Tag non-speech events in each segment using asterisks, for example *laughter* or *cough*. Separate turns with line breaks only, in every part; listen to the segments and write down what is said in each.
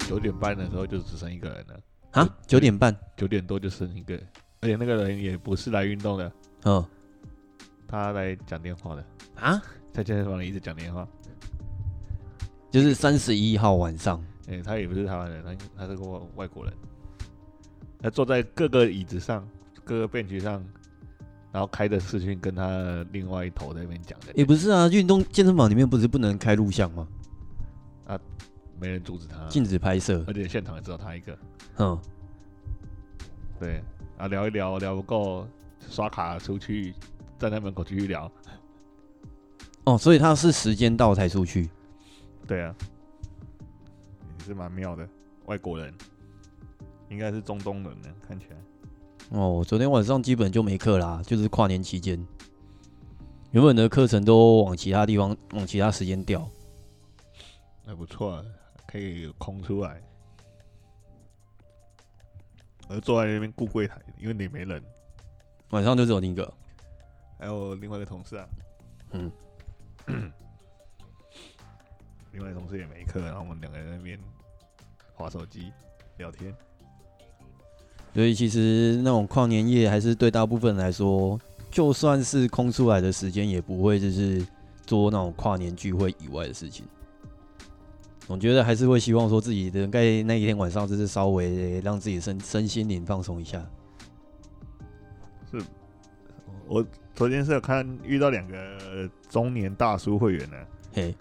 九点半的时候就只剩一个人了，
啊，九点半，
九点多就剩一个人，而且那个人也不是来运动的，
嗯
他来讲电话的，
啊，
在健身房里一直讲电话。
就是三十一号晚上，
哎、他也不是台湾人，他他是个外外国人，他坐在各个椅子上、各个 bench 上，然后开着视讯跟他的另外一头在那边讲的，
也不是啊，运动健身房里面不是不能开录像吗？
没人阻止他，
禁止拍摄，
而且现场也只有他一个。
啊嗯，
对啊，聊一聊，聊不够刷卡出去，站在门口继续聊。
哦，所以他是时间到才出去，
对啊，也是蛮妙的，外国人，应该是中东人呢，看起来。
哦，我昨天晚上基本就没课啦，就是跨年期间，原本的课程都往其他地方、往其他时间调。
还不错、啊，可以有空出来。我就坐在那边顾柜台，因为你没人，
晚上就只有那个，
还有另外一个同事啊，
嗯，
*coughs* 另外一个同事也没课，然后我们两个人在那边划手机聊天。
所以其实那种跨年夜还是对大部分人来说，就算是空出来的时间，也不会就是做那种跨年聚会以外的事情。总觉得还是会希望说自己的该那一天晚上，就是稍微让自己身身心灵放松一下。
我昨天是有看遇到两个中年大叔会员呢，啊
嘿，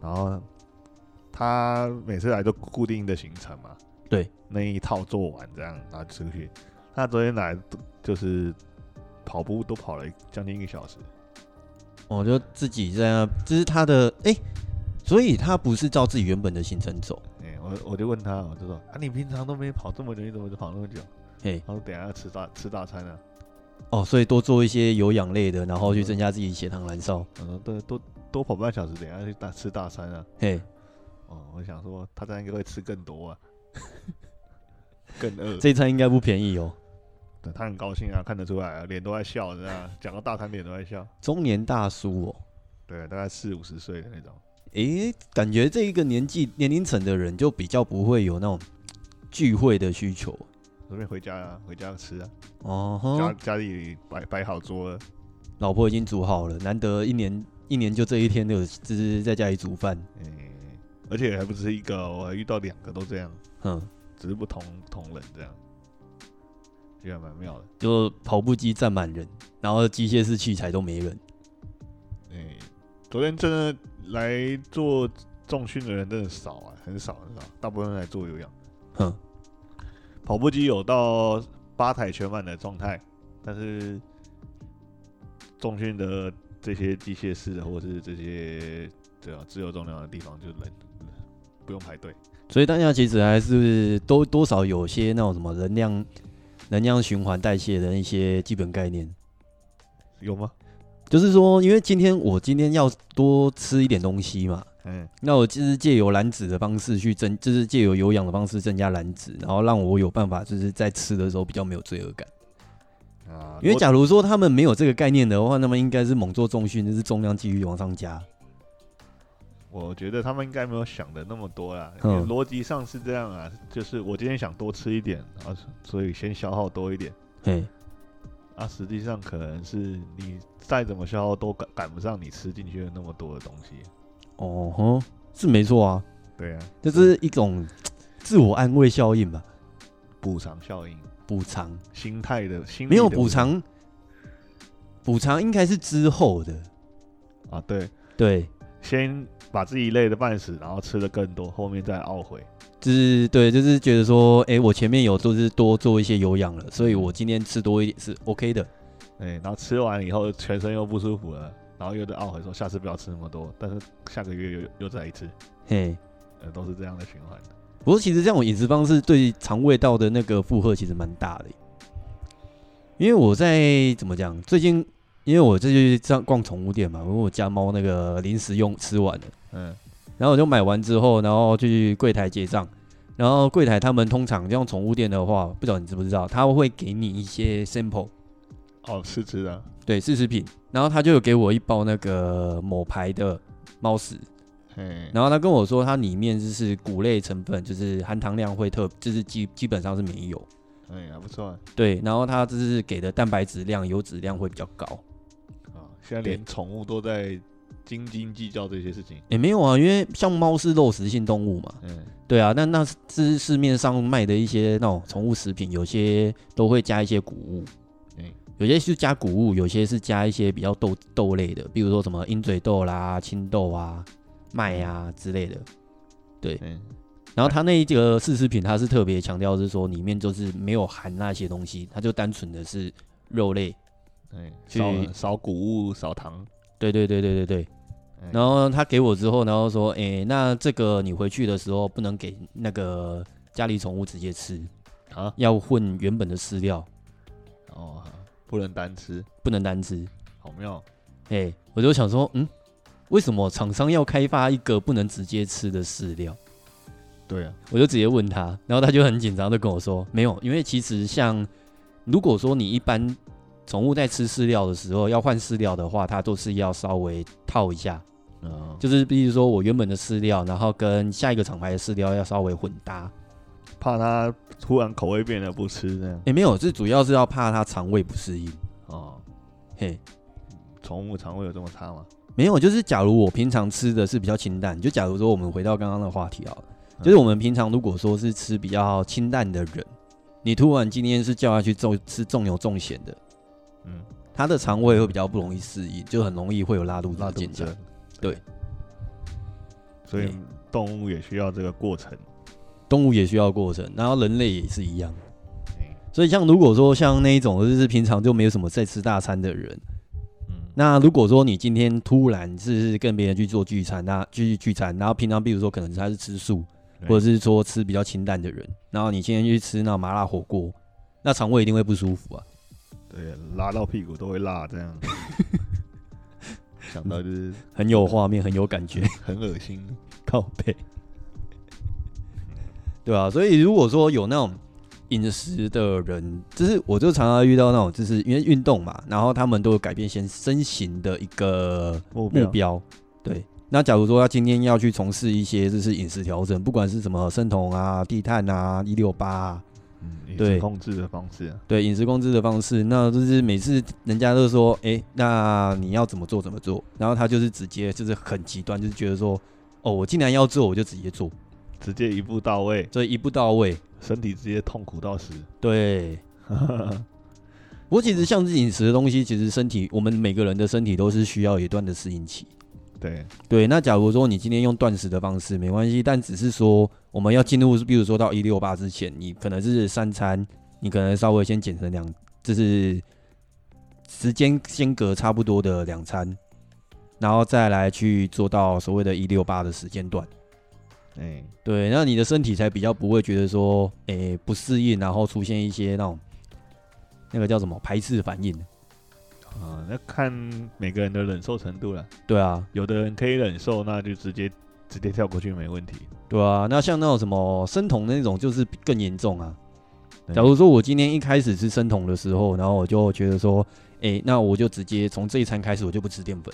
然后他每次来都固定的行程嘛，
对，
那一套做完这样，然后出去。他昨天来就是跑步都跑了将近一个小时，
我哦就自己在那，这是他的哎、所以他不是照自己原本的行程走。
哎、我我就问他，我就说啊，你平常都没跑这么久，你怎么就跑那么久？
嘿，
他说等一下要吃大吃大餐啊。
哦，所以多做一些有氧类的，然后去增加自己血糖燃烧。
我说对，啊多多跑半小时，等一下去大吃大餐啊。
嘿，
哦，我想说他这样应该会吃更多啊， *laughs* 更饿。
这一餐应该不便宜哦。
对他很高兴啊，看得出来啊，脸都在笑，这样讲到大餐脸都在笑。
中年大叔哦，
对，大概四五十岁的那种。
诶、感觉这一个年纪年龄层的人就比较不会有那种聚会的需求
准备回家啊，回家吃啊，
哦
家
哼。
家里摆摆好桌了。
老婆已经煮好了，难得一年一年就这一天都有，就是在家里煮饭。
嗯、而且还不是一个哦，我还遇到两个都这样，
嗯，
只是不同同人这样，觉得蛮妙的。
就跑步机站满人，然后机械式器材都没人。
哎、昨天真的来做重训的人真的少啊，很少很少，大部分人来做有氧。
哼，
跑步机有到八台全满的状态，但是重训的这些机械式的或是这些对啊自由重量的地方就人不用排队。
所以大家其实还是都多少有些那种什么能量、能量循环代谢的一些基本概念。
有吗？
啊就是说，因为今天我今天要多吃一点东西嘛，
嗯，
那我就是借由燃脂的方式去增，就是借由有氧的方式增加燃脂，然后让我有办法就是在吃的时候比较没有罪恶感。
啊，
因为
我
假如说他们没有这个概念的话，那么应该是猛做重训，就是重量继续往上加。
我觉得他们应该没有想的那么多啦，
嗯
因为逻辑上是这样啊，就是我今天想多吃一点，然后所以先消耗多一点。
嘿，
啊，实际上可能是你再怎么消耗都赶赶不上你吃进去的那么多的东西。
哦吼，是没错啊，
对啊，
这是一种自我安慰效应吧，
补偿效应，
补偿。
心态的心理
没有
的
补偿，补偿应该是之后的。
啊，对，
对，
先把自己累得半死，然后吃的更多，后面再懊悔。
就是对，就是觉得说，哎、我前面有就是多做一些有氧了，所以我今天吃多一点是 OK 的。
哎、然后吃完以后全身又不舒服了，然后又在懊悔说下次不要吃那么多，但是下个月又又再一次，
嘿，
呃，都是这样的循环。
不过其实这种饮食方式对肠胃道的那个负荷其实蛮大的，因为我在怎么讲，最近因为我这就是这样逛宠物店嘛，因为我家猫那个零食用吃完了。
嗯，
然后我就买完之后，然后去柜台结账。然后柜台他们通常像宠物店的话，不知道你知不知道，他会给你一些 sample，
哦，是吃的啊，
对，试食品。然后他就有给我一包那个某牌的猫屎，
嘿，
然后他跟我说，它里面就是谷类成分，就是含糖量会特，就是基基本上是没有。
哎，还不错啊
对，然后它就是给的蛋白质量、油脂量会比较高。
啊。现在连宠物都在斤斤计较这些事情。
也没有啊，因为像猫是肉食性动物嘛，
嗯，
对啊，那那是市面上卖的一些那种宠物食品，有些都会加一些谷物，
嗯
有些是加谷物，有些是加一些比较豆豆类的，比如说什么鹰嘴豆啦、青豆啊、麦啊之类的。
嗯，
然后它那一个试吃品，它是特别强调是说里面就是没有含那些东西，它就单纯的是肉类。
哎，
去
少少谷物，少糖。
对对对对对对。
哎
然后他给我之后，然后说，诶，那这个你回去的时候不能给那个家里宠物直接吃，
啊，
要混原本的饲料，
哦，不能单吃，
不能单吃。
好妙。
哎，我就想说，嗯，为什么厂商要开发一个不能直接吃的饲料？
对啊，
我就直接问他，然后他就很紧张的跟我说，没有，因为其实像如果说你一般宠物在吃饲料的时候要换饲料的话，它都是要稍微套一下，
嗯，就
就是比如说我原本的饲料，然后跟下一个厂牌的饲料要稍微混搭。
怕它突然口味变了不吃这样。
也、没有，这主要是要怕它肠胃不适应。
哦，
嘿，
宠物肠胃有这么差吗？
没有，就是假如我平常吃的是比较清淡，就假如说我们回到刚刚的话题啊，
嗯
就是我们平常如果说是吃比较清淡的人，你突然今天是叫他去重吃重油重咸的，
嗯，
他的肠胃会比较不容易适应，就很容易会有拉肚子
拉
的
肚
现象
子。。
对，
所以
嗯
动物也需要这个过程。
动物也需要过程，然后人类也是一样。
哎
所以像如果说像那一种就是平常就没有什么在吃大餐的人，
嗯，
那如果说你今天突然是跟别人去做聚餐，那去聚餐，然后平常比如说可能他是吃素，
对
或者是说吃比较清淡的人，然后你今天去吃那麻辣火锅，那肠胃一定会不舒服啊。
对，拉到屁股都会辣这 *laughs* 样。想到就是
很有画面，很有感觉，
很恶心。
*laughs* 靠背，对啊，所以如果说有那种饮食的人，就是我就常常遇到那种，就是因为运动嘛，然后他们都有改变先身形的一个
目
目标，对。那假如说他今天要去从事一些就是饮食调整，不管是什么生酮啊、低碳啊、一六八啊，
嗯，饮食
对
控制的方式啊。
对饮食控制的方式，那就是每次人家都说，哎、那你要怎么做怎么做，然后他就是直接就是很极端，就是觉得说，哦，我既然要做，我就直接做，
直接一步到位，
所以一步到位。
身体直接痛苦到死。
对，不过其实像是饮食的东西，其实身体我们每个人的身体都是需要一段的适应期。
对，
对，那假如说你今天用断食的方式没关系，但只是说我们要进入，比如说到一六八之前，你可能是三餐，你可能稍微先减成两，就是时间间隔差不多的两餐，然后再来去做到所谓的一六八的时间段。
哎、
对，那你的身体才比较不会觉得说，诶、不适应，然后出现一些那种那个叫什么排斥反应。
啊，那看每个人的忍受程度了。
对啊，
有的人可以忍受，那就直接直接跳过去没问题。
对啊，那像那种什么生酮那种，就是更严重啊。
对
假如说我今天一开始吃生酮的时候，然后我就觉得说，诶、那我就直接从这一餐开始我就不吃淀粉。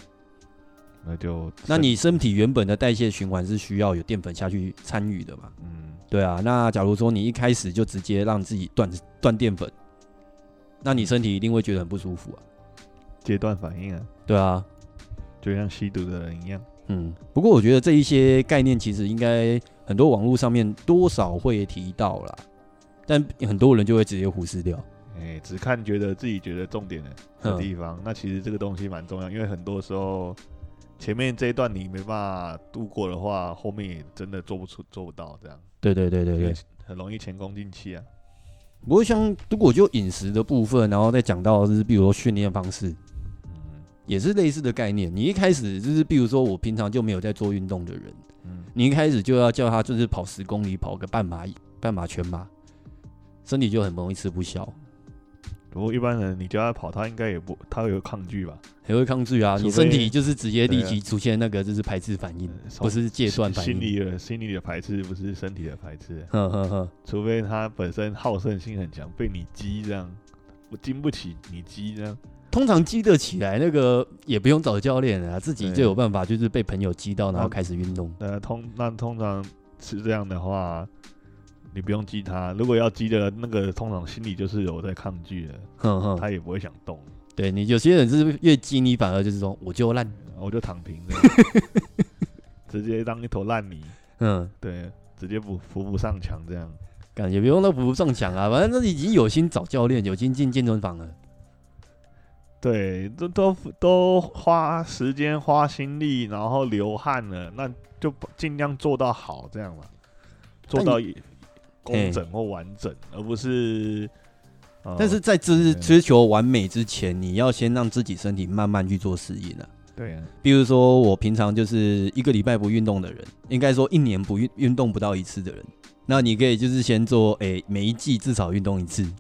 那就
那你身体原本的代谢循环是需要有淀粉下去参与的嘛？
嗯，
对啊，那假如说你一开始就直接让自己断断淀粉，那
嗯
你身体一定会觉得很不舒服啊。
阶段反应啊，
对啊，
就像吸毒的人一样。
嗯，不过我觉得这一些概念其实应该很多网络上面多少会提到啦，但很多人就会直接忽视掉。嗯
哎、只看觉得自己觉得重点的地方，那其实这个东西蛮重要，因为很多时候前面这一段你没办法度过的话，后面也真的做不出做不到这样，
对对对对
因为
对。
很容易前功尽弃啊。
不过像如果就饮食的部分，然后再讲到就是比如说训练方式，
嗯
也是类似的概念。你一开始就是比如说我平常就没有在做运动的人，
嗯，
你一开始就要叫他就是跑十公里，跑个半马、半马、全马，身体就很容易吃不消，
如果一般人你叫他跑，他应该也不，他会有抗拒吧？
很会抗拒啊。
除
你身
非
体就是直接立
对啊
即出现那个就是排斥反应，
从
不是戒断反
心
应。
理的心理的排斥，不是身体的排斥，啊
呵呵呵，
除非他本身好胜心很强，被你激这样，我经不起你激这样，
通常激得起来，那个也不用找教练啊，自己
对
就有办法，就是被朋友激到，然后
嗯
开始运动。
呃，通那通常是这样的话，你不用激他。如果要激的那个，通常心里就是有在抗拒的，
哼哼，
他也不会想动，
对你有些人是越激你，反而就是说我就烂，
然后我就躺平这样， *laughs* 直接当一坨烂泥，
嗯，
对，直接不扶不上墙这样。
感觉不用那不上墙啊，反正那已经有心找教练，有心进健身房了。
哦对，都都都花时间、花心力，然后流汗了，那就不尽量做到好这样嘛，做
但
到一工
嘿
整或完整，而不是。呃
但是在追
对
追求完美之前，你要先让自己身体慢慢去做适应啊。
对啊，
比如说，我平常就是一个礼拜不运动的人，应该说一年不运运动不到一次的人，那你可以就是先做，诶、每一季至少运动一次。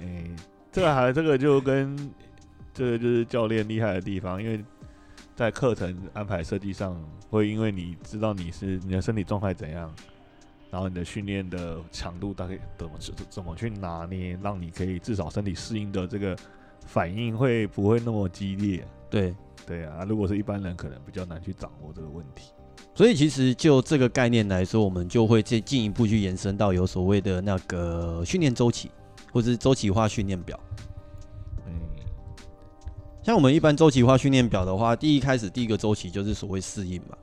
哎、这个还这个就跟这个就是教练厉害的地方，因为在课程安排设计上，会因为你知道你是你的身体状态怎样，然后你的训练的强度大概怎么怎怎么去拿捏，让你可以至少身体适应的这个反应会不会那么激烈？
对，
对啊，如果是一般人，可能比较难去掌握这个问题。
所以其实就这个概念来说，我们就会再进一步去延伸到有所谓的那个训练周期，或者是周期化训练表。
嗯，
像我们一般周期化训练表的话，第一开始第一个周期就是所谓适应嘛，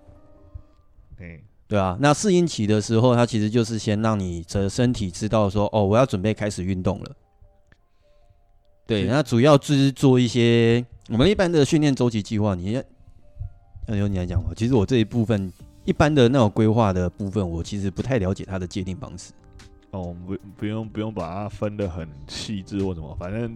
哎、
对啊。那适应期的时候，它其实就是先让你的身体知道说，哦，我要准备开始运动了。对，
是
那主要就是做一些我们一般的训练周期计划，你要要由你来讲吧。其实我这一部分一般的那种规划的部分，我其实不太了解它的界定方式。
哦，我们不不用不用把它分得很细致或什么，反正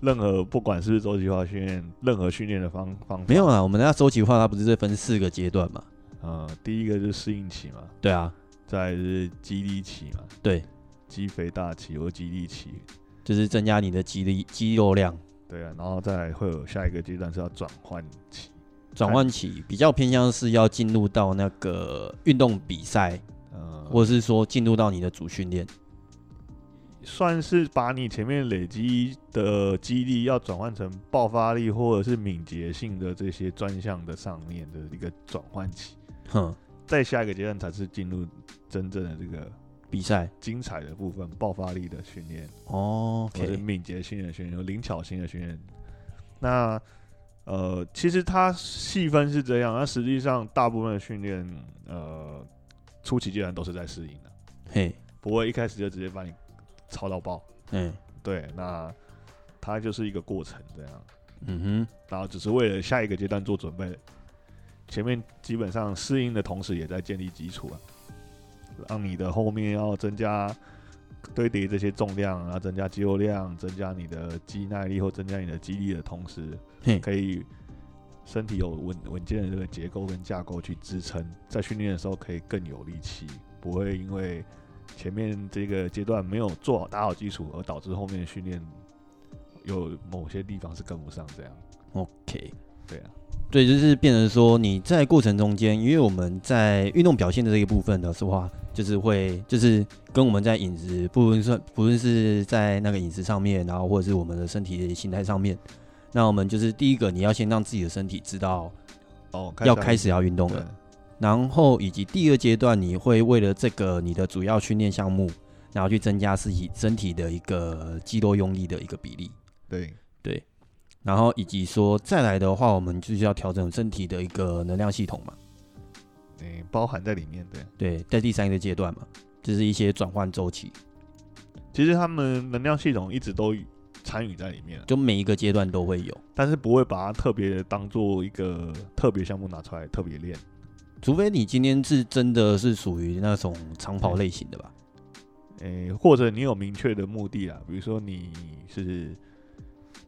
任何不管是不是周期化训练，任何训练的方方法
没有，啊啦，我们那周期化它不是在分四个阶段嘛？
呃，第一个就是适应期嘛，
对啊，
再来是肌力期嘛，
对，
肌肥大期或肌力期，
就是增加你的肌力肌肉量。
对啊，然后再来会有下一个阶段是要转换期，
转换期比较偏向是要进入到那个运动比赛，
呃，
或是说进入到你的主训练。
算是把你前面累积的肌力要转换成爆发力或者是敏捷性的这些专项的上面的一个转换期，
哼，
再下一个阶段才是进入真正的这个
比赛
精彩的部分，爆发力的训练，
哦
或者
，OK，
敏捷性的训练，有灵巧性的训练。那呃，其实它细分是这样，那实际上大部分的训练，呃，初期阶段都是在适应的，
嘿，
不会一开始就直接把你操到爆。
嗯
对，那它就是一个过程这样，
嗯
然后只是为了下一个阶段做准备。前面基本上适应的同时，也在建立基础啊，让你的后面要增加堆叠这些重量，然后增加肌肉量，增加你的肌耐力或增加你的肌力的同时，
嘿
可以身体有稳稳健的这个结构跟架构去支撑，在训练的时候可以更有力气，不会因为前面这个阶段没有做好打好基础，而导致后面的训练有某些地方是跟不上这样。
哼，OK。
对啊，
对，就是变成说你在过程中间，因为我们在运动表现的这一部分的话，就是会就是跟我们在饮食，不论是不论是在那个饮食上面，然后或者是我们的身体的形态上面，那我们就是第一个，你要先让自己的身体知道
哦，
要开始要运动了
对。，
然后以及第二阶段，你会为了这个你的主要训练项目，然后去增加自己身体的一个肌肉用力的一个比例，
对，
然后以及说再来的话，我们就是要调整身体的一个能量系统嘛，
嗯、包含在里面对。
对，在第三个阶段嘛，就是一些转换周期，
其实他们能量系统一直都参与在里面啊，
就每一个阶段都会有，
但是不会把它特别当做一个特别项目拿出来特别练。
除非你今天是真的是属于那种长跑类型的吧，
诶、或者你有明确的目的啊，比如说你是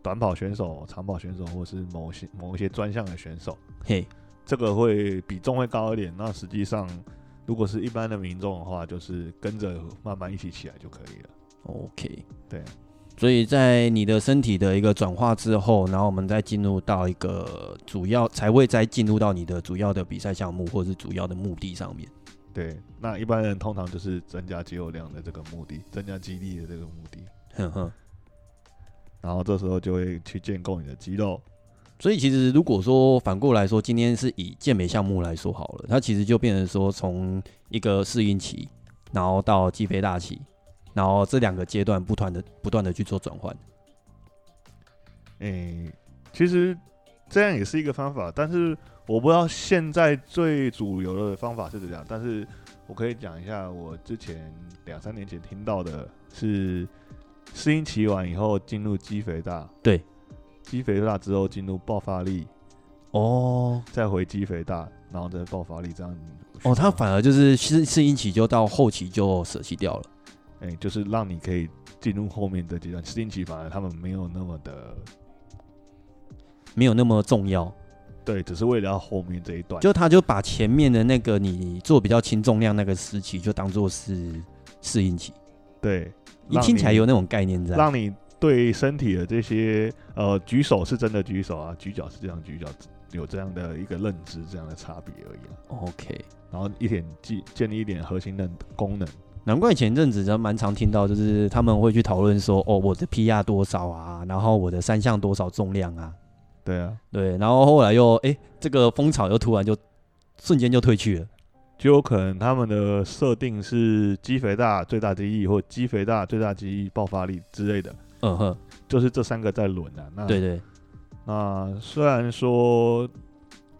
短跑选手、长跑选手，或是某些某一些专项的选手，
嘿，
这个会比重会高一点。那实际上，如果是一般的民众的话，就是跟着慢慢一起起来就可以了。
OK，
对啊
所以在你的身体的一个转化之后，然后我们再进入到一个主要，才会再进入到你的主要的比赛项目或者是主要的目的上面。
对，那一般人通常就是增加肌肉量的这个目的，增加肌力的这个目的。
哼哼，
然后这时候就会去建构你的肌肉。
所以其实如果说反过来说，今天是以健美项目来说好了，它其实就变成说从一个适应期，然后到肌肥大期，然后这两个阶段不断的不断的去做转换。
诶、其实这样也是一个方法，但是我不知道现在最主流的方法是怎样。但是我可以讲一下，我之前两三年前听到的是适应期完以后进入肌肥大，
对，
肌肥大之后进入爆发力，
哦
再回肌肥大，然后再爆发力，这样
哦，它
它
反而就是适适应期就到后期就舍弃掉了。
哎、就是让你可以进入后面的阶段。适应期反而他们没有那么的，
没有那么重要，
对，只是为了要后面这一段。
就他就把前面的那个你做比较轻重量那个时期，就当做是适应期。
对，
你
让
听起来有那种概念在。
让你对身体的这些呃举手是真的举手啊，举脚是这样举脚，有这样的一个认知，这样的差别而已啊。
OK，
然后一点建建立一点核心的功能，
难怪前阵子人蛮常听到，就是他们会去讨论说，哦，我的 PR 多少啊，然后我的三项多少重量啊，
对啊，
对，然后后来又哎、这个风潮又突然就瞬间就退去了。
就有可能他们的设定是肌肥大最大肌力或肌肥大最大肌力爆发力之类的，
嗯哼，
就是这三个在轮啊。那
对对，
那虽然说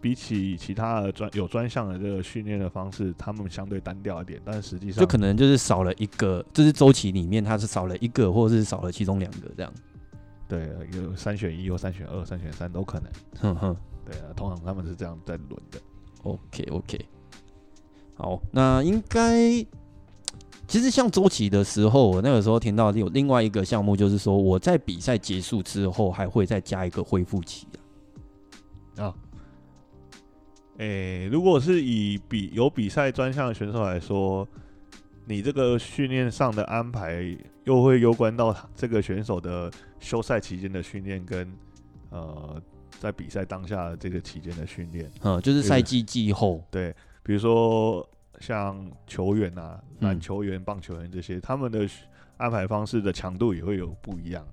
比起其他的专有专项的这个训练的方式，他们相对单调一点，但实际上
就可能就是少了一个，这是周期里面它是少了一个，或者是少了其中两个这样。
对有三选一或三选二、三选三都可能。
哼嗯哼。
对啊，通常他们是这样在轮的。
OK OK，好，那应该其实像周琦的时候，我那个时候听到有另外一个项目，就是说我在比赛结束之后还会再加一个恢复期、啊、
诶、如果是以比有比赛专项的选手来说，你这个训练上的安排又会攸关到他这个选手的休赛期间的训练跟呃在比赛当下的这个期间的训练。
嗯，就是赛季季后，
对，比如说像球员啊，
嗯
篮球员、棒球员这些，他们的安排方式的强度也会有不一样。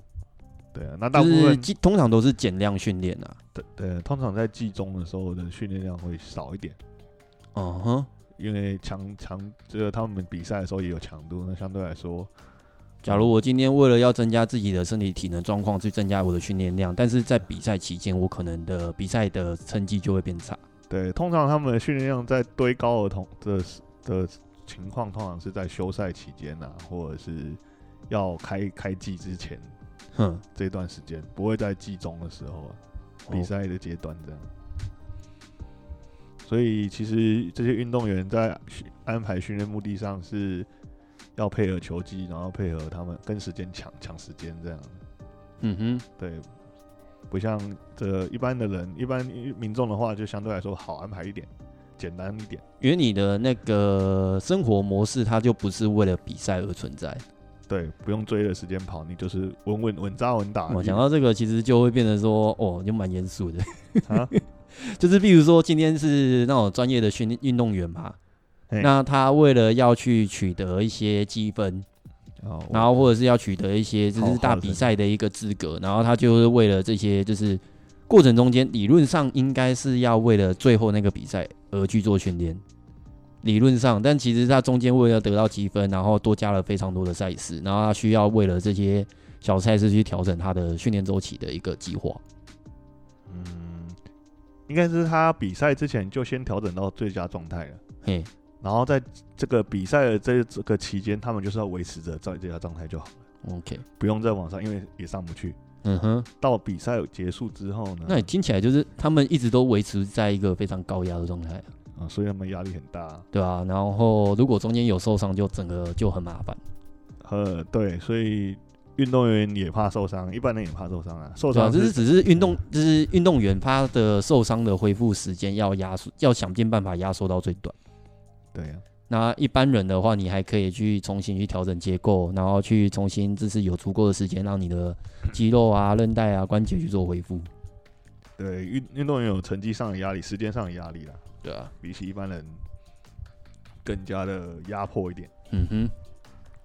对啊，那大
就
部
是
分
基通常都是减量训练啊。
对对，通常在季中的时候的训练量会少一点，
嗯哼，
因为强强就是他们比赛的时候也有强度，那相对来说，
假如我今天为了要增加自己的身体体能状况，去增加我的训练量，但是在比赛期间，我可能的比赛的成绩就会变差。
对，通常他们的训练量在堆高儿童的的情况，通常是在休赛期间啊，或者是要开开季之前
哼，
这段时间，不会在季中的时候啊，
哦
比赛的阶段这样。所以其实这些运动员在训安排训练目的上是要配合球技，然后配合他们跟时间抢抢时间这样。
嗯哼，
对，不像这一般的人，一般民众的话，就相对来说好安排一点，简单一点。
因为你的那个生活模式，它就不是为了比赛而存在。
对，不用追着时间跑，你就是稳稳稳扎稳打。
我讲到这个，其实就会变得说，哦，就蛮严肃的。
*laughs* 啊，
*laughs* 就是比如说，今天是那种专业的训练运动员嘛，
嘿
那他为了要去取得一些积分，
哦
然后或者是要取得一些就
好
是
好
大
的
比赛的一个资格，然后他就是为了这些，就是过程中间理论上应该是要为了最后那个比赛而去做训练。理论上，但其实他中间为了得到积分，然后多加了非常多的赛事，然后他需要为了这些小赛事去调整他的训练周期的一个计划。
嗯，应该是他比赛之前就先调整到最佳状态了。
嘿，
然后在这个比赛的这这个期间，他们就是要维持着在这个状态就好了，
OK，
不用再往上，因为也上不去。
嗯哼，
到比赛结束之后呢，
那你听起来就是他们一直都维持在一个非常高压的状态，
啊，所以他们压力很大。
对吧、然后如果中间有受伤，就整个就很麻烦。
呃，对，所以运动员也怕受伤，一般人也怕受伤啊。受
对啊，
伤
就是只是运动，就是运动员他的受伤的恢复时间要压缩，要想尽办法压缩到最短。
对啊呀、
那一般人的话，你还可以去重新去调整结构，然后去重新，就是有足够的时间让你的肌肉啊、韧带啊、关节去做恢复。
对运运动员有成绩上的压力，时间上的压力啦，
对啊，
比起一般人更加的压迫一点。
嗯哼，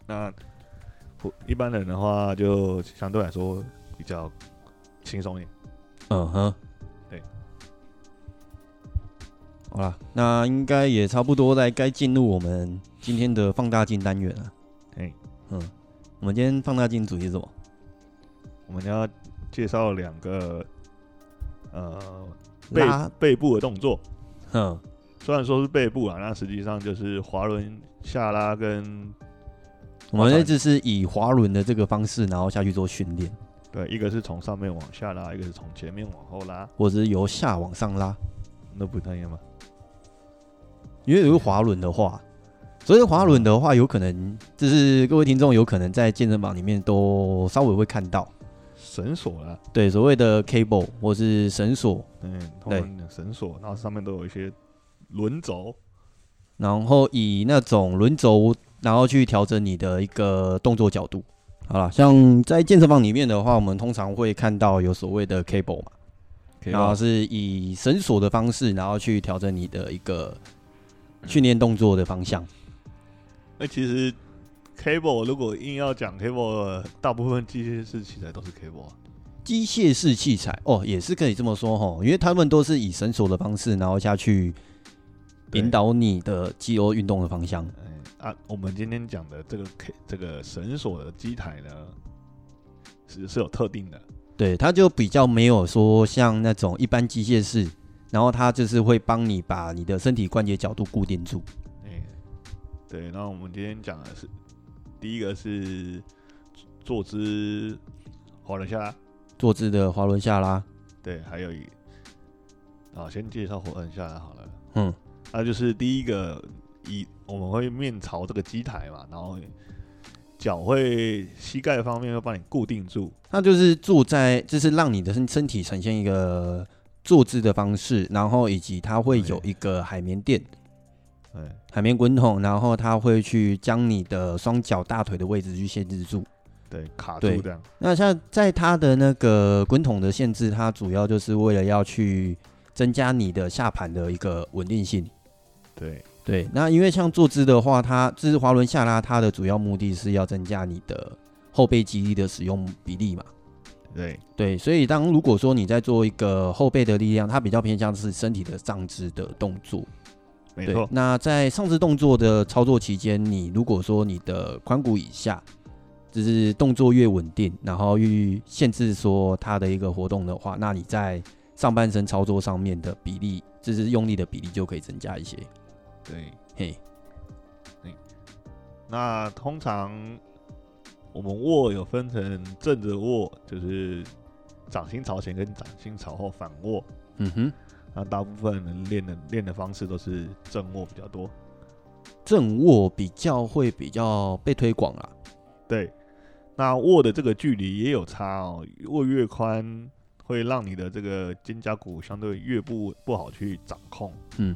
那我一般人的话，就相对来说比较轻松一点。
嗯哼，
对。
好啦，那应该也差不多在该进入我们今天的放大镜单元了。
嘿，
嗯，我们今天放大镜主题是什么？
我们要介绍两个呃背
拉，
背部的动作，
嗯，
虽然说是背部啊，那实际上就是滑轮下拉跟
我
船
们这次是以滑轮的这个方式，然后下去做训练，
对，一个是从上面往下拉，一个是从前面往后拉，
或者是由下往上拉。
那不太一样吗？
因为如果滑轮的话，所以滑轮的话，有可能就是各位听众有可能在健身房里面都稍微会看到，
绳索啦，
对所谓的 cable 或是绳索，
嗯，通常讲绳索，然后上面都有一些轮轴，
然后以那种轮轴，然后去调整你的一个动作角度。好了，像在健身房里面的话，我们通常会看到有所谓的 cable 嘛，然
啊
后是以绳索的方式，然后去调整你的一个训练动作的方向。
那其实 cable 如果硬要讲 cable，大部分机械式器材都是 cable 啊。
机械式器材哦，也是可以这么说吼，因为他们都是以绳索的方式，然后下去
对
引导你的肌肉运动的方向。
嗯啊，我们今天讲的这个 K 这个绳索的机台呢，是是有特定的，
对，它就比较没有说像那种一般机械式，然后它就是会帮你把你的身体关节角度固定住。
哎、对。那我们今天讲的是第一个是坐姿滑轮下拉，
坐姿的滑轮下拉，
对，还有一，好，先介绍滑轮下拉好了。
嗯，
那就是第一个以我们会面朝这个机台嘛，然后脚会膝盖方面会帮你固定住，
它就是坐在，就是让你的身身体呈现一个坐姿的方式，然后以及它会有一个海绵垫、
对，
海绵滚筒，然后它会去将你的双脚、大腿的位置去限制住。
对，卡
对
住这样，
那像在它的那个滚筒的限制，它主要就是为了要去增加你的下盘的一个稳定性。
对，
对，那因为像坐姿的话，它就是滑轮下拉，它的主要目的是要增加你的后背肌力的使用比例嘛。
对，
对，所以当如果说你在做一个后背的力量，它比较偏向是身体的上肢的动作。
没
对
错，，
那在上肢动作的操作期间，你如果说你的髋骨以下，就是动作越稳定，然后越限制说它的一个活动的话，那你在上半身操作上面的比例，就是用力的比例就可以增加一些。
对。
嘿，
那通常我们握有分成正着握，就是掌心朝前跟掌心朝后反握。
嗯哼，
那大部分人练的练的方式都是正握比较多。
正握比较会比较被推广啦。
对，那握的这个距离也有差哦，握越宽会让你的这个肩胛骨相对越不不好去掌控。
嗯，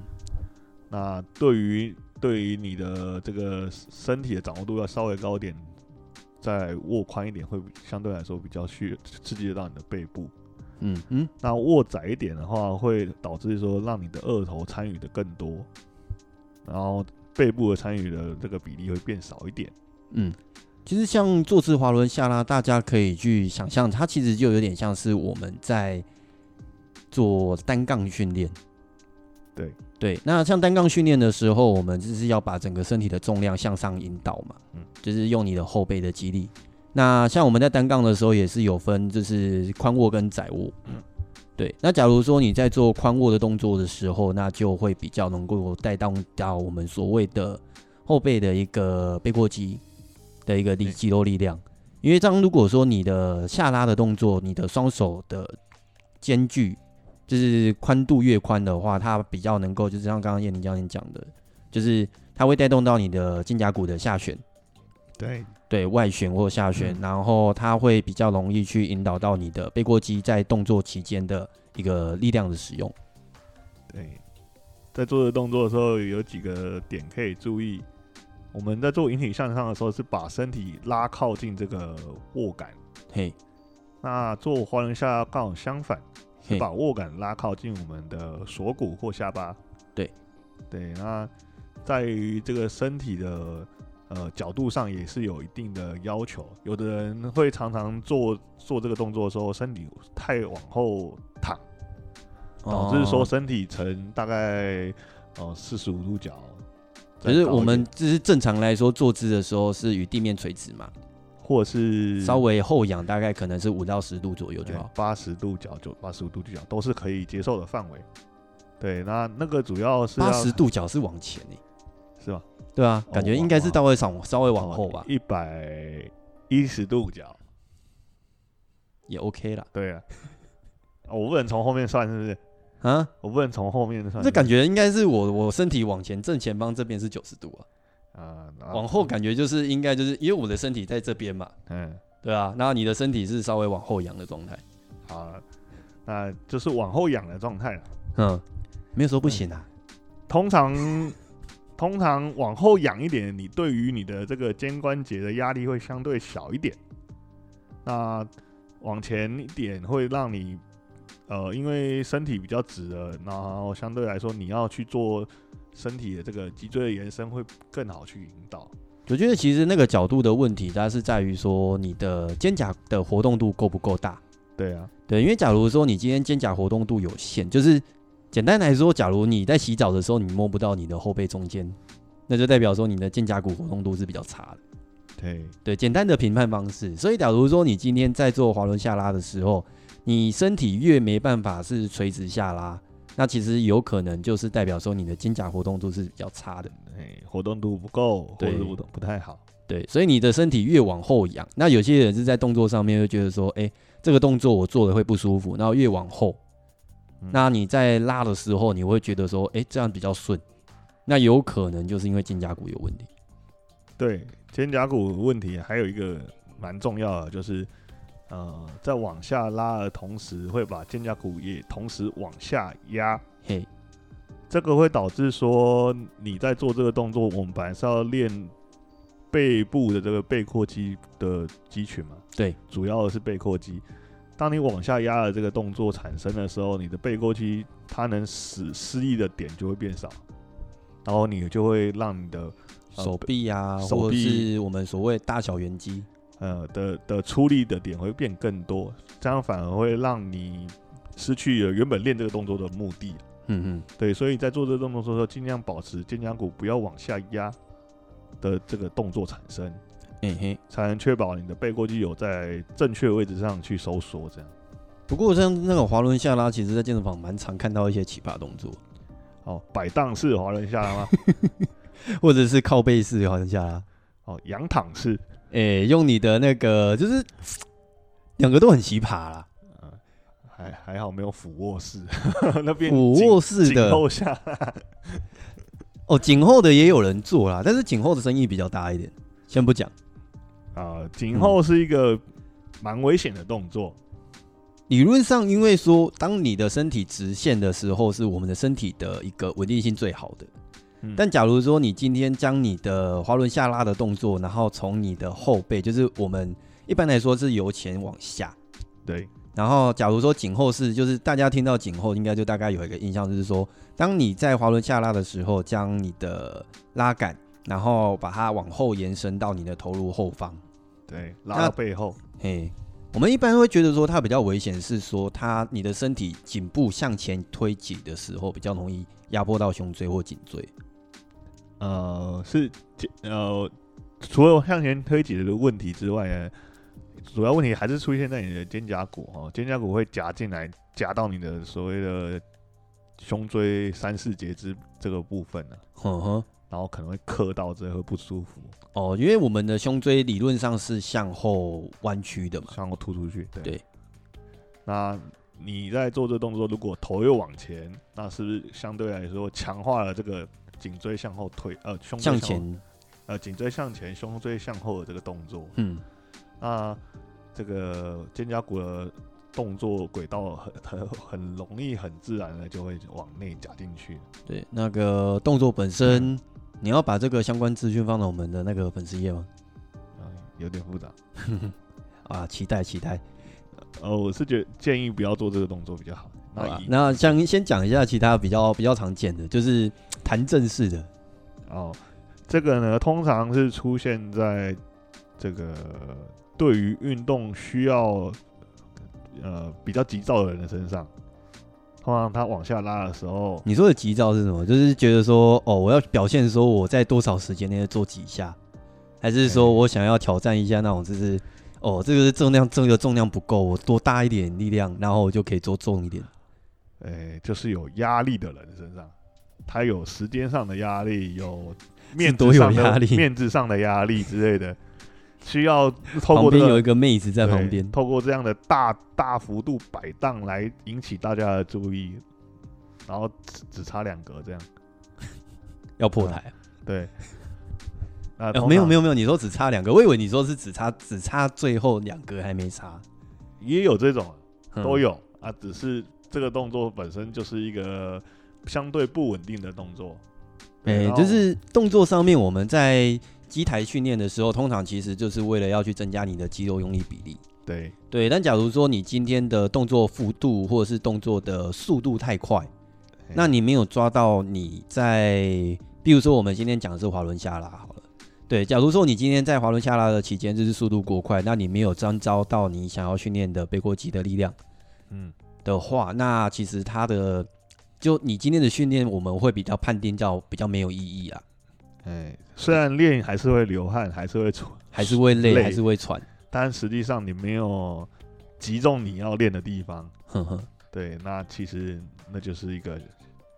那对于对于你的这个身体的掌握度要稍微高一点，再握宽一点会相对来说比较去刺激得到你的背部。
嗯嗯，
那握窄一点的话，会导致说让你的二头参与的更多，然后背部的参与的这个比例会变少一点。
嗯，其实像坐姿滑轮下拉，大家可以去想象，它其实就有点像是我们在做单杠训练。
对
对，那像单杠训练的时候，我们就是要把整个身体的重量向上引导嘛，
嗯
就是用你的后背的肌力。那像我们在单杠的时候也是有分，就是宽握跟窄握。
嗯
对，那假如说你在做宽握的动作的时候，那就会比较能够带动到我们所谓的后背的一个背阔肌的一个力
对
肌肉力量。因为当如果说你的下拉的动作，你的双手的间距就是宽度越宽的话，它比较能够就是像刚刚叶宁教练讲的，就是它会带动到你的肩胛骨的下旋，
对
对外旋或下旋，
嗯
然后它会比较容易去引导到你的背阔肌在动作期间的一个力量的使用。
对，在做的动作的时候有几个点可以注意。我们在做引体向上的时候，是把身体拉靠近这个握杆；
嘿，
那做滑轮下刚好相反，是
嘿
把握杆拉靠近我们的锁骨或下巴。
对，
对，那在于这个身体的呃角度上也是有一定的要求。有的人会常常做做这个动作的时候，身体太往后躺，导致说
哦
身体呈大概呃四十五度角。
可
再
是
高一
我们
点
就是正常来说坐姿的时候是与地面垂直嘛，
或是
稍微后仰大概可能是五到十度左右就好。
八十度角、九八十五度角都是可以接受的范围。对，那那个主要是要
八十度角是往前诶、
是吧？
啊对啊，
哦
感觉应该是
往
稍微往稍微往后吧，
一百一十度角。
也 OK 啦。
对啊， *laughs* 啊我不能从后面算，是不是？
啊，
我不能从后面算。
这感
觉
觉应该是我我身体往前正前方这边是九十度啊，嗯
啊，然
往后，感觉就是应该就是因为我的身体在这边嘛，
嗯，
对啊，那你的身体是稍微往后仰的状态，
好，啊那就是往后仰的状态了。
嗯，没有说不行啊，
通常， *laughs* 通常往后仰一点，你对于你的这个肩关节的压力会相对小一点。那往前一点会让你，呃，因为身体比较直了，然后相对来说你要去做身体的这个脊椎的延伸会更好去引导。
我觉得其实那个角度的问题，它是在于说你的肩胛的活动度够不够大。
对啊，
对，因为假如说你今天肩胛活动度有限，就是简单来说，假如你在洗澡的时候你摸不到你的后背中间，那就代表说你的肩胛骨活动度是比较差的。
对，
对，简单的评判方式。所以，假如说你今天在做滑轮下拉的时候，你身体越没办法是垂直下拉，那其实有可能就是代表说你的肩胛活动度是比较差的。
哎，活动度不够，或
对
者活动不太好。
对，所以你的身体越往后仰，那有些人是在动作上面会觉得说，哎、这个动作我做的会不舒服，然后越往后，
嗯
那你在拉的时候，你会觉得说，哎、这样比较顺，那有可能就是因为肩胛骨有问题。
对，肩胛骨的问题啊还有一个蛮重要的，就是呃，在往下拉的同时，会把肩胛骨也同时往下压，
嘿，
这个会导致说你在做这个动作，我们本来是要练背部的这个背阔肌的肌群嘛，
对，
主要的是背阔肌。当你往下压的这个动作产生的时候，你的背阔肌它能使施力的点就会变少，然后你就会让你的呃
手臂啊，
手
或者
臂
是我们所谓大小圆肌，
呃的的出力的点会变更多，这样反而会让你失去了原本练这个动作的目的。
嗯嗯。
对，所以在做这个动作的时候，尽量保持肩胛骨不要往下压的这个动作产生，
嘿嘿，
才能确保你的背过肌有在正确位置上去收缩。这样
不过像那种滑轮下拉，其实在健身房蛮常看到一些奇葩动作，
哦，摆荡式滑轮下拉吗？
或者是靠背式滑轮下拉，
哦，仰躺式，
诶、用你的那个就是两个都很奇葩啦。
呃，还还好没有俯卧式，那边
俯
颈
卧式
颈
的
后下拉
哦，颈后的也有人做啦，但是颈后的生意比较大一点。先不讲，
啊，颈、
嗯
后是一个蛮危险的动作。
理论上因为说，当你的身体直线的时候，是我们的身体的一个稳定性最好的。
嗯
但假如说你今天将你的滑轮下拉的动作，然后从你的后背，就是我们一般来说是由前往下，
对，
然后，假如说颈后是，就是大家听到颈后，应该就大概有一个印象，就是说，当你在滑轮下拉的时候，将你的拉杆，然后把它往后延伸到你的头颅后方。
对，拉
那
到背后，
嘿，我们一般会觉得说它比较危险，是说它你的身体颈部向前推挤的时候，比较容易压迫到胸椎或颈椎。
呃，是呃，除了向前推挤的问题之外呢，主要问题还是出现在你的肩胛骨哦，肩胛骨会夹进来，夹到你的所谓的胸椎三四节之这个部分呢、啊
哼哼，
然后可能会磕到，这会不舒服，
哦，因为我们的胸椎理论上是向后弯曲的嘛。
像我突出去。啊对，
对
那你在做这动作，如果头又往前，那是不是相对来说强化了这个颈椎向后推，呃，胸椎
向
后
前，
呃，颈椎向前，胸椎向后的这个动作？
嗯，
那这个肩胛骨的动作轨道很很很容易、很自然的就会往内夹进去。
对，那个动作本身，
嗯
你要把这个相关资讯放到我们的那个粉丝页吗？
嗯，有点复杂。
啊，期待期待。
呃，我是觉得建议不要做这个动作比较好。
好吧
那以
那像先讲一下其他比较比较常见的，就是弹正式的，
哦，这个呢，通常是出现在这个对于运动需要呃比较急躁的人的身上。通常他往下拉的时候，
你说的急躁是什么？就是觉得说，哦，我要表现说我在多少时间内做几下，还是说
嗯
我想要挑战一下那种，就是哦，这个是重量，这个重量不够，我多搭一点力量，然后我就可以做重一点。
哎、就是有压力的人的身上，他有时间上的压力，有面
多
子
有
上的
压力
面子上的压力之类的，需要透过
旁
这
边
个
有一个妹子在
对
旁边，
透过这样的大大幅度摆荡来引起大家的注意，然后只只差两格这样，
要破台。
对。那
呃，没有没
有，
有没有，你说只差两个，我以为你说是只差只差最后两个还没差，
也有这种，
嗯
都有、啊，只是这个动作本身就是一个相对不稳定的动作。对
哎、
然后
就是动作上面，我们在机台训练的时候，通常其实就是为了要去增加你的肌肉用力比例。
对
对，但假如说你今天的动作幅度或者是动作的速度太快，那你没有抓到你在，比如说我们今天讲的是滑轮下拉好了，对，假如说你今天在滑轮下拉的期间就是速度过快，那你没有张招到你想要训练的背过肌的力量
嗯，
的话，那其实它的就你今天的训练，我们会比较判定叫比较没有意义啊，
哎、虽然练还是会流汗，还是会出，
还是会累，
累
还是会喘，
但实际上你没有击中你要练的地方，
哼哼。
对，那其实那就是一个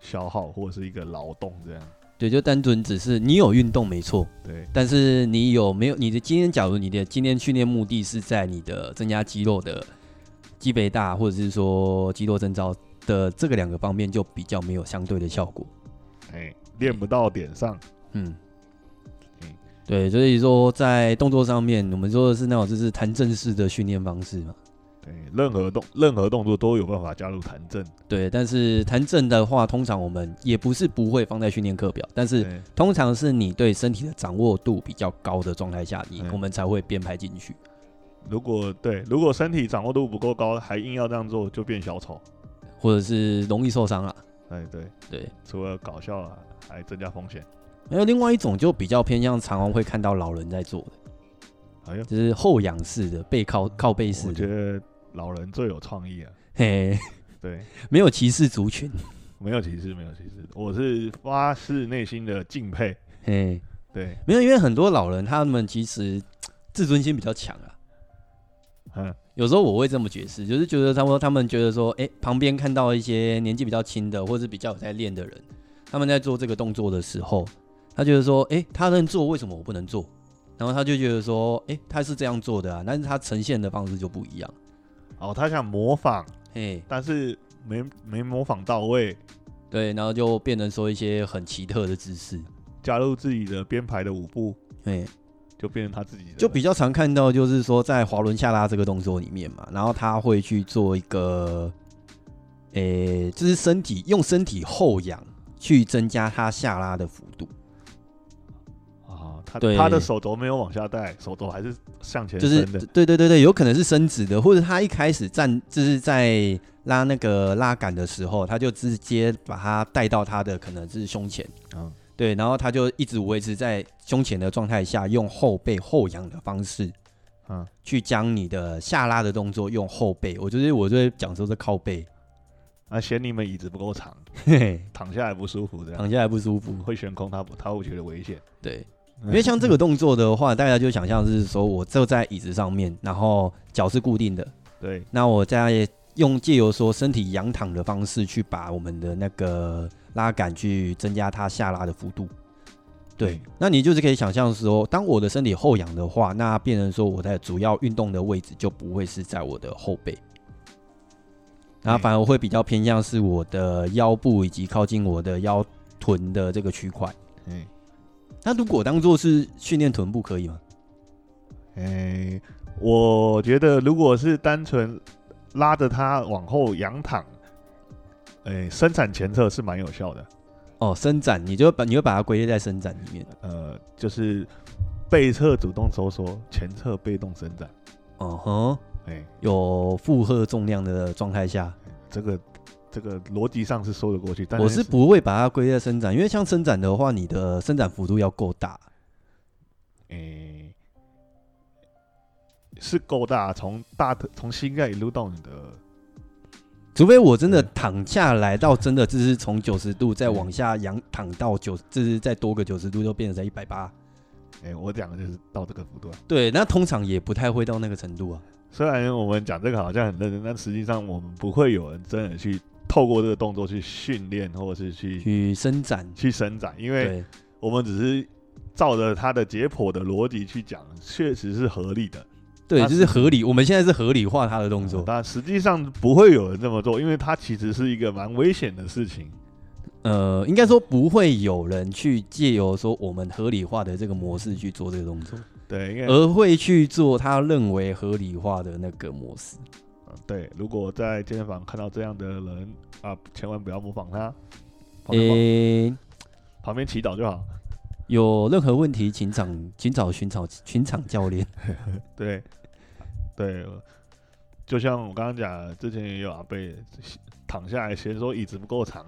消耗或者是一个劳动这样。
对，就单纯只是你有运动没错，
对，
但是你有没有你的今天？假如你的今天训练目的是在你的增加肌肉的肌肥大，或者是说肌肉增招的这个两个方面，就比较没有相对的效果。
哎、练不到点上，
嗯
嗯，
对，所以说在动作上面，我们说的是那种就是弹正式的训练方式嘛。
对，哎任何动任何动作都有办法加入弹正。
对，但是弹正的话，通常我们也不是不会放在训练课表，但是
对
通常是你对身体的掌握度比较高的状态下，你
嗯
我们才会编排进去。
如果对，如果身体掌握度不够高，还硬要这样做，就变小丑。
或者是容易受伤了。
哎，对，
对，
除了搞笑啊，还增加风险。
还有另外一种就比较偏向常常会看到老人在做的，
哎呦，
就是后仰式的背靠靠背式
我觉
的，
得老人最有创意啊。
嘿， *laughs*
对，
没有歧视族群，
没有歧视，没有歧视，我是发自内心的敬佩。
嘿，
对，
没有，因为很多老人他们其实自尊心比较强啊。
嗯，
有时候我会这么解释，就是觉得他们他们觉得说，哎、旁边看到一些年纪比较轻的，或是比较有在练的人，他们在做这个动作的时候，他觉得说，哎、他能做，为什么我不能做？然后他就觉得说，哎、他是这样做的啊，但是他呈现的方式就不一样，
哦，他想模仿，
嘿，
但是没没模仿到位，
对，然后就变成说一些很奇特的姿势，
加入自己的编排的舞步，
对，
就变成他自己的了。
就比较常看到就是说在滑轮下拉这个动作里面嘛，然后他会去做一个，诶、就是身体用身体后仰去增加他下拉的幅度，
啊，他
对
他的手肘没有往下带，手肘还是向前
就是
伸的。
对对对对，有可能是伸直的，或者他一开始站就是在拉那个拉杆的时候，他就直接把它带到他的可能是胸前。
嗯，
对，然后他就一直维持在胸前的状态下，用后背后仰的方式，
嗯，
去将你的下拉的动作用后背，我就是我就会讲说是靠背，
那、嫌你们椅子不够长，
嘿嘿，
躺下来不舒服，这样
*laughs* 躺下来不舒服。
会悬空，他不他会觉得危险。
对，
嗯
因为像这个动作的话，大家就想象是说我坐在椅子上面，然后脚是固定的，
*laughs* 对
那我再用借由说身体仰躺的方式去把我们的那个拉杆去增加它下拉的幅度。对
嗯，
那你就是可以想象说，当我的身体后仰的话，那变成说我的主要运动的位置就不会是在我的后背，然后反而会比较偏向是我的腰部以及靠近我的腰臀的这个区块。
嗯，
那如果当做是训练臀部可以吗？
哎、我觉得如果是单纯拉着他往后仰躺，哎、伸展前侧是蛮有效的。
哦，伸展，你就把你会把它归类在伸展里面。
呃，就是背侧主动收缩，前侧被动伸展。
哦哼，
哎、
有负荷重量的状态下，
这个这个逻辑上是说得过去，但
我是不会把它归在伸展，因为像伸展的话，你的伸展幅度要够大，
诶、是够大，从大腿从膝盖一路到你的
除非我真的
对
躺下来到真的就是从九十度再往下仰躺到九，就是再多个九十度就变成在一百八。
诶、我讲的就是到这个幅度啊。
对，那通常也不太会到那个程度啊。
虽然我们讲这个好像很认真，但实际上我们不会有人真的去透过这个动作去训练，或者是去
去伸展，
去伸展，因为
对
我们只是照着它的解剖的逻辑去讲，确实是合理的
对，
它
就是是合理。我们现在是合理化它的动作。
但实际上不会有人这么做，因为它其实是一个蛮危险的事情。
呃，应该说不会有人去借由说我们合理化的这个模式去做这个动作，
对，因为
而会去做他认为合理化的那个模式。呃
嗯对，如果在健身房看到这样的人啊，千万不要模仿他，旁边、
诶、
旁边祈祷就好。
有任何问题请找请找寻找寻找教练。
对，对，就像我刚刚讲的，之前也有阿贝躺下来嫌说椅子不够长，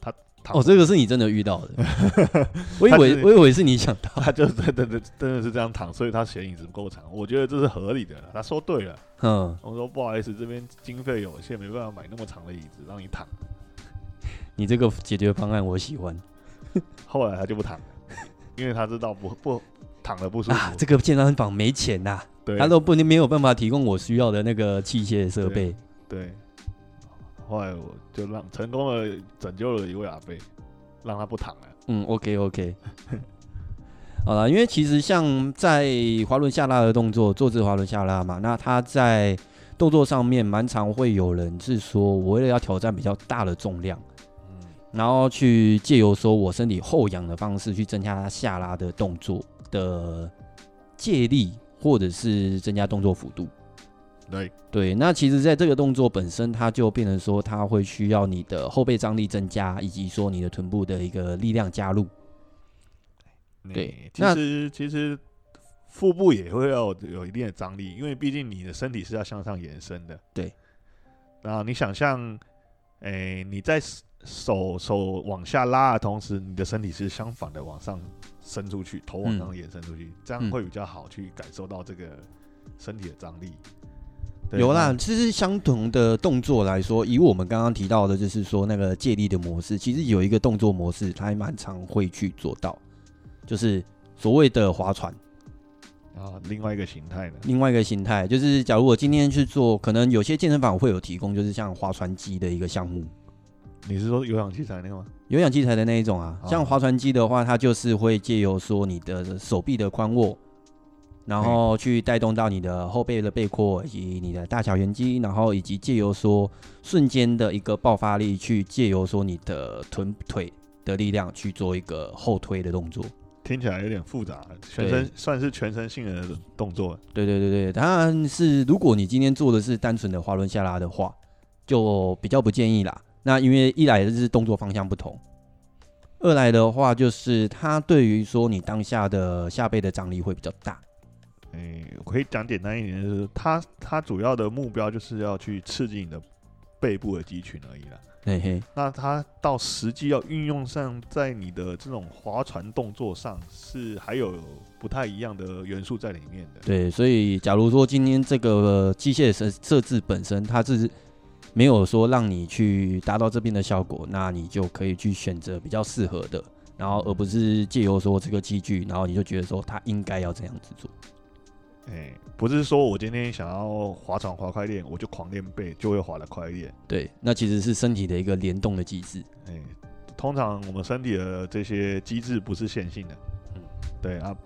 他躺
哦，这个是你真的遇到的，
*laughs*
我以
他
为
是
我以为是你想到，
他就真的真的真的是这样躺，所以他嫌椅子不够长。我觉得这是合理的啦，他说对了。
*laughs* 嗯，
我说不好意思，这边经费有限，没办法买那么长的椅子让你躺。
你这个解决方案我喜欢
后来他就不躺了，因为他知道不不躺了不舒服。
啊，这个健身房没钱呐、
对，
他都不没有办法提供我需要的那个器械设备。
对，后来我就让成功的拯救了一位阿贝，让他不躺了。
嗯，OK OK，好了，因为其实像在滑轮下拉的动作，坐姿滑轮下拉嘛，那他在动作上面蛮常会有人是说，我为了要挑战比较大的重量，
嗯，
然后去借由说我身体后仰的方式去增加下拉的动作的借力，或者是增加动作幅度。
对，
对，那其实在这个动作本身，它就变成说，它会需要你的后背张力增加，以及说你的臀部的一个力量加入。对
你其
那
实其实腹部也会要有一定的张力，因为毕竟你的身体是要向上延伸的。
对，
然后你想象，诶、你在手手手往下拉的同时，你的身体是相反的往上伸出去，头往
嗯
上延伸出去，这样
嗯
会比较好去感受到这个身体的张力。对
有啦，，其实相同的动作来说，以我们刚刚提到的，就是说那个借力的模式，其实有一个动作模式，它还蛮常会去做到，就是所谓的划船。
那啊，另外一个形态呢？
另外一个形态就是，假如我今天去做，可能有些健身房会有提供，就是像划船机的一个项目，
你是说有氧器材那个吗？
有氧器材的那一种啊。
哦
像划船机的话，它就是会借由说你的手臂的宽握，然后去带动到你的后背的背阔以及你的大小圆肌，然后以及借由说瞬间的一个爆发力，去借由说你的臀腿的力量去做一个后推的动作。
听起来有点复杂，全身算是全身性的动作。
对对对对，当然是如果你今天做的是单纯的滑轮下拉的话，就比较不建议啦。那因为一来就是动作方向不同，二来的话就是它对于说你当下的下背的张力会比较大。
诶、我哎可以讲简单一点，就是它它主要的目标就是要去刺激你的背部的肌群而已啦。
嘿嘿，
那它到实际要运用上，在你的这种划船动作上，是还有不太一样的元素在里面的。
对，所以假如说今天这个机械设设置本身它是没有说让你去达到这边的效果，那你就可以去选择比较适合的，然后而不是借由说这个机具，然后你就觉得说它应该要这样子做。
诶、哎不是说我今天想要划船划快一点，我就狂练背，就会划得快一点。
对，那其实是身体的一个联动的机制。
哎、通常我们身体的这些机制不是线性的，
嗯
对啊，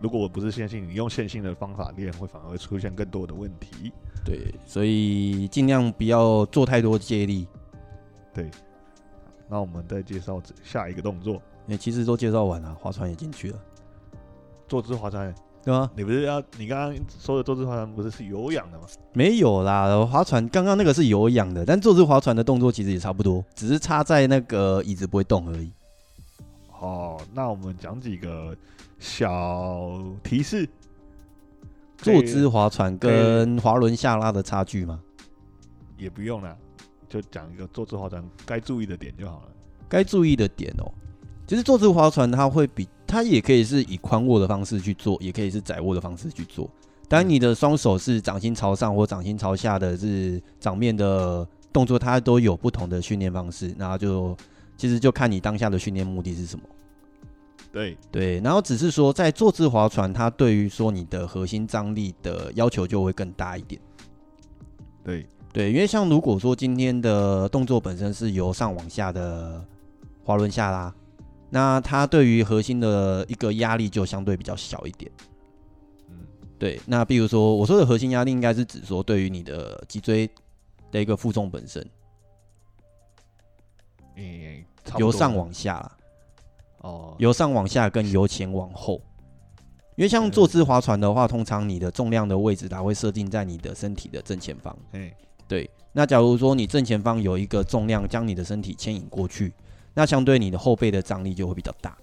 如果我不是线性，你用线性的方法练，会反而会出现更多的问题。
对，所以尽量不要做太多借力。
那我们再介绍下一个动作，
哎、其实都介绍完了，划船也进去了，
坐姿划船。
对啊吗？
你不是要你刚刚说的坐姿划船不是是有氧的吗？
没有啦，划船刚刚那个是有氧的，但坐姿划船的动作其实也差不多，只是差在那个椅子不会动而已。
哦，那我们讲几个小提示。
坐姿划船跟滑轮下拉的差距嘛，
也不用啦，就讲一个坐自划船该注意的点就好了。
该注意的点哦，其实坐姿划船，它会比它也可以是以宽握的方式去做，也可以是窄握的方式去做。当你的双手是掌心朝上或掌心朝下的是掌面的动作，它都有不同的训练方式。那就其实就看你当下的训练目的是什么。
对，
对，然后只是说在坐姿划船，它对于说你的核心张力的要求就会更大一点。
对，
对，因为像如果说今天的动作本身是由上往下的滑轮下拉，那它对于核心的一个压力就相对比较小一点。
嗯，
对，那比如说我说的核心压力，应该是指说对于你的脊椎的一个负重本身，
诶、差不多
由上往下啦，
哦，
由上往下跟由前往后。因为像坐姿划船的话，通常你的重量的位置它会设定在你的身体的正前方。
嘿，
对，那假如说你正前方有一个重量将你的身体牵引过去，那相对你的后背的张力就会比较大，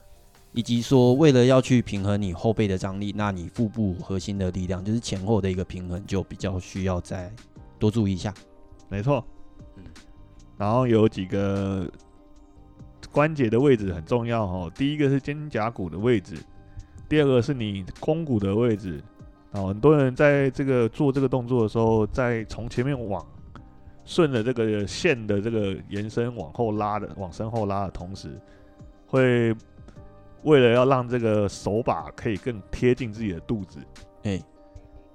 以及说为了要去平衡你后背的张力，那你腹部核心的力量就是前后的一个平衡就比较需要再多注意一下。
没错
嗯。
然后有几个关节的位置很重要哦。第一个是肩胛骨的位置，第二个是你肱骨的位置。哦，很多人在这个做这个动作的时候，在从前面往顺着这个线的这个延伸往后拉的，往身后拉的同时，会为了要让这个手把可以更贴近自己的肚子，
哎，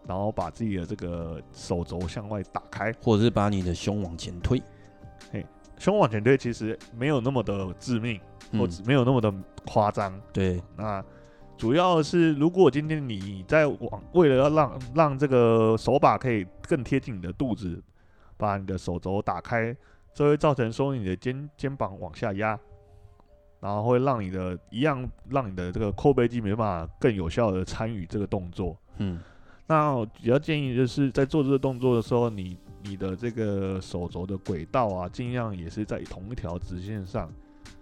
然后把自己的这个手肘向外打开，
或者是把你的胸往前推，
胸往前推其实没有那么的致命，或
嗯，
者没有那么的夸张。
对，
那主要是，如果今天你在往为了要让让这个手把可以更贴近你的肚子，把你的手肘打开，这会造成说你的肩肩膀往下压，然后会让你的一样让你的这个扣背肌没办法更有效的参与这个动作。
嗯，
那我比较建议就是在做这个动作的时候，你你的这个手肘的轨道啊，尽量也是在同一条直线上。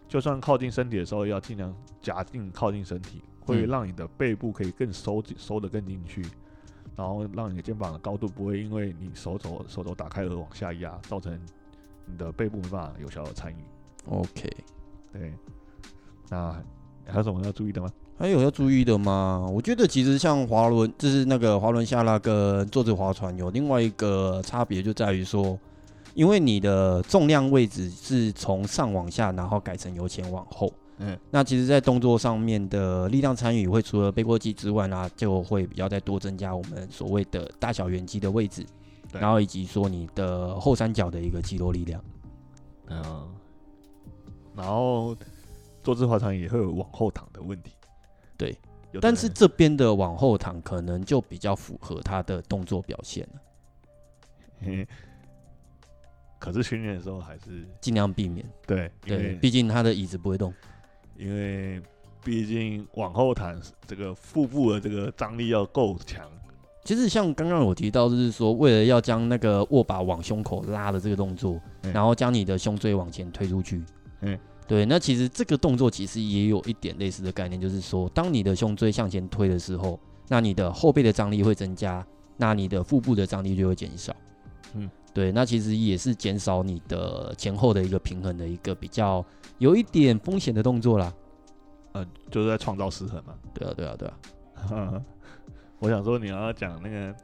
就算靠近身体的时候，要尽量夹进靠近身体，会
嗯
让你的背部可以更收紧，收得更进去，然后让你的肩膀的高度不会因为你手肘手肘打开而往下压，造成你的背部没办法有效的参与。
，OK。
对，那还有什么要注意的吗？
还有要注意的吗？我觉得其实像滑轮，就是那个滑轮下拉跟坐着划船有另外一个差别，就在于说，因为你的重量位置是从上往下，然后改成由前往后。
嗯，
那其实，在动作上面的力量参与会除了背阔肌之外呢，就会比较再多增加我们所谓的大小圆肌的位置，
对
然后以及说你的后三角的一个肌肉力量。
嗯，然后坐姿划船也会有往后躺的问题。
对
有的人，
但是这边的往后躺可能就比较符合他的动作表现了，
嘿 *laughs* 可是训练的时候还是
尽量避免。
对，因
对，
为
毕竟他的椅子不会动。
因为毕竟往后躺这个腹部的这个张力要够强。
其实像刚刚我提到，就是说为了要将那个握把往胸口拉的这个动作，
嗯
然后将你的胸椎往前推出去。
嗯，
对。那其实这个动作其实也有一点类似的概念，就是说，当你的胸椎向前推的时候，那你的后背的张力会增加，那你的腹部的张力就会减少。
嗯，
对。那其实也是减少你的前后的一个平衡的一个比较有一点风险的动作啦。
呃，就是在创造失衡嘛。
对啊，对啊，对啊。
*laughs* 我想说你要讲那个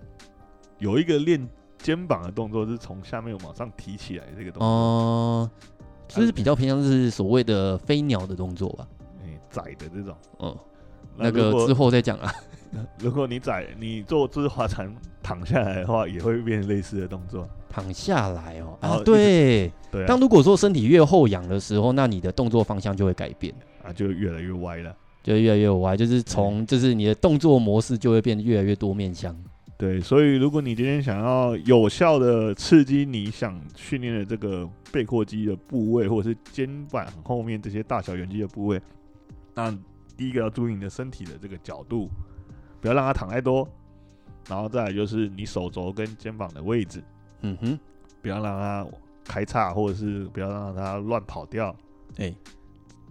有一个练肩膀的动作是从下面往上提起来这个动作，
哦、就是比较偏向是所谓的飞鸟的动作吧。
哎、窄的这种。
嗯，那
如
个
果
之后再讲啊。 *laughs*
如果你在你做自滑船躺下来的话，也会变类似的动作。
躺下来哦，
然后
啊
一，直
对。
对啊
当，如果说身体越后仰的时候，那你的动作方向就会改变，
啊就越来越歪了。
就越来越歪，就是
嗯
从就是你的动作模式就会变得越来越多面向。
对，所以如果你今天想要有效的刺激你想训练的这个背阔肌的部位，或者是肩膀后面这些大小圆肌的部位，那第一个要注意你的身体的这个角度，不要让它躺太多。然后再来就是你手肘跟肩膀的位置，
嗯哼，
不要让它开叉，或者是不要让它乱跑掉。
哎、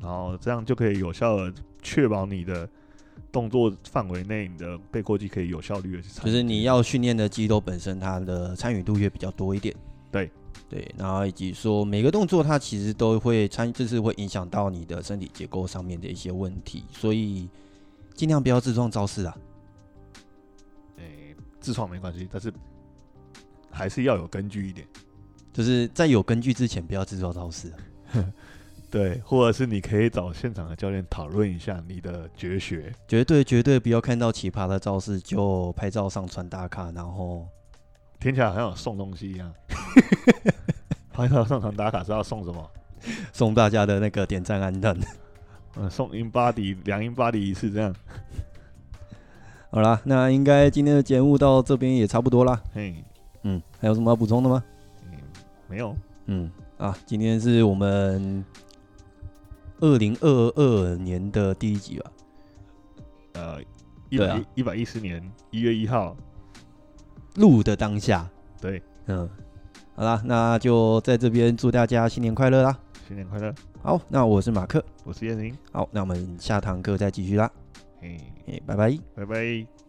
然后这样就可以有效的确保你的动作范围内，你的背阔肌可以有效率的去参
就
与。
是你要训练的肌肉本身它的参与度也比较多一点。
对
对，然后以及说每个动作它其实都会参，就是会影响到你的身体结构上面的一些问题，所以尽量不要自创招式啊。
诶、自创没关系，但是还是要有根据一点。
就是在有根据之前，不要自创招式啊、
对，或者是你可以找现场的教练讨论一下你的绝学。
绝对绝对不要看到奇葩的招式就拍照上传打卡，然后
听起来好像有送东西一 *laughs* 样。拍照上场打卡是要送什么？
送大家的那个点赞按赞。
嗯，送英巴迪两英巴迪一次这样。
好啦，那应该今天的节目到这边也差不多啦。
嘿，
嗯，还有什么要补充的吗？
嗯，没有，
嗯啊，今天是我们二零二二年的第一集吧？
呃，一
对
百
啊
一百一十年一月一号，
录的当下，
对，
嗯，好啦，那就在这边祝大家新年快乐啦。
新年快乐！
好，那我是马克，
我是燕宁，
好，那我们下堂课再继续啦，
嘿，
诶，拜拜。
拜拜。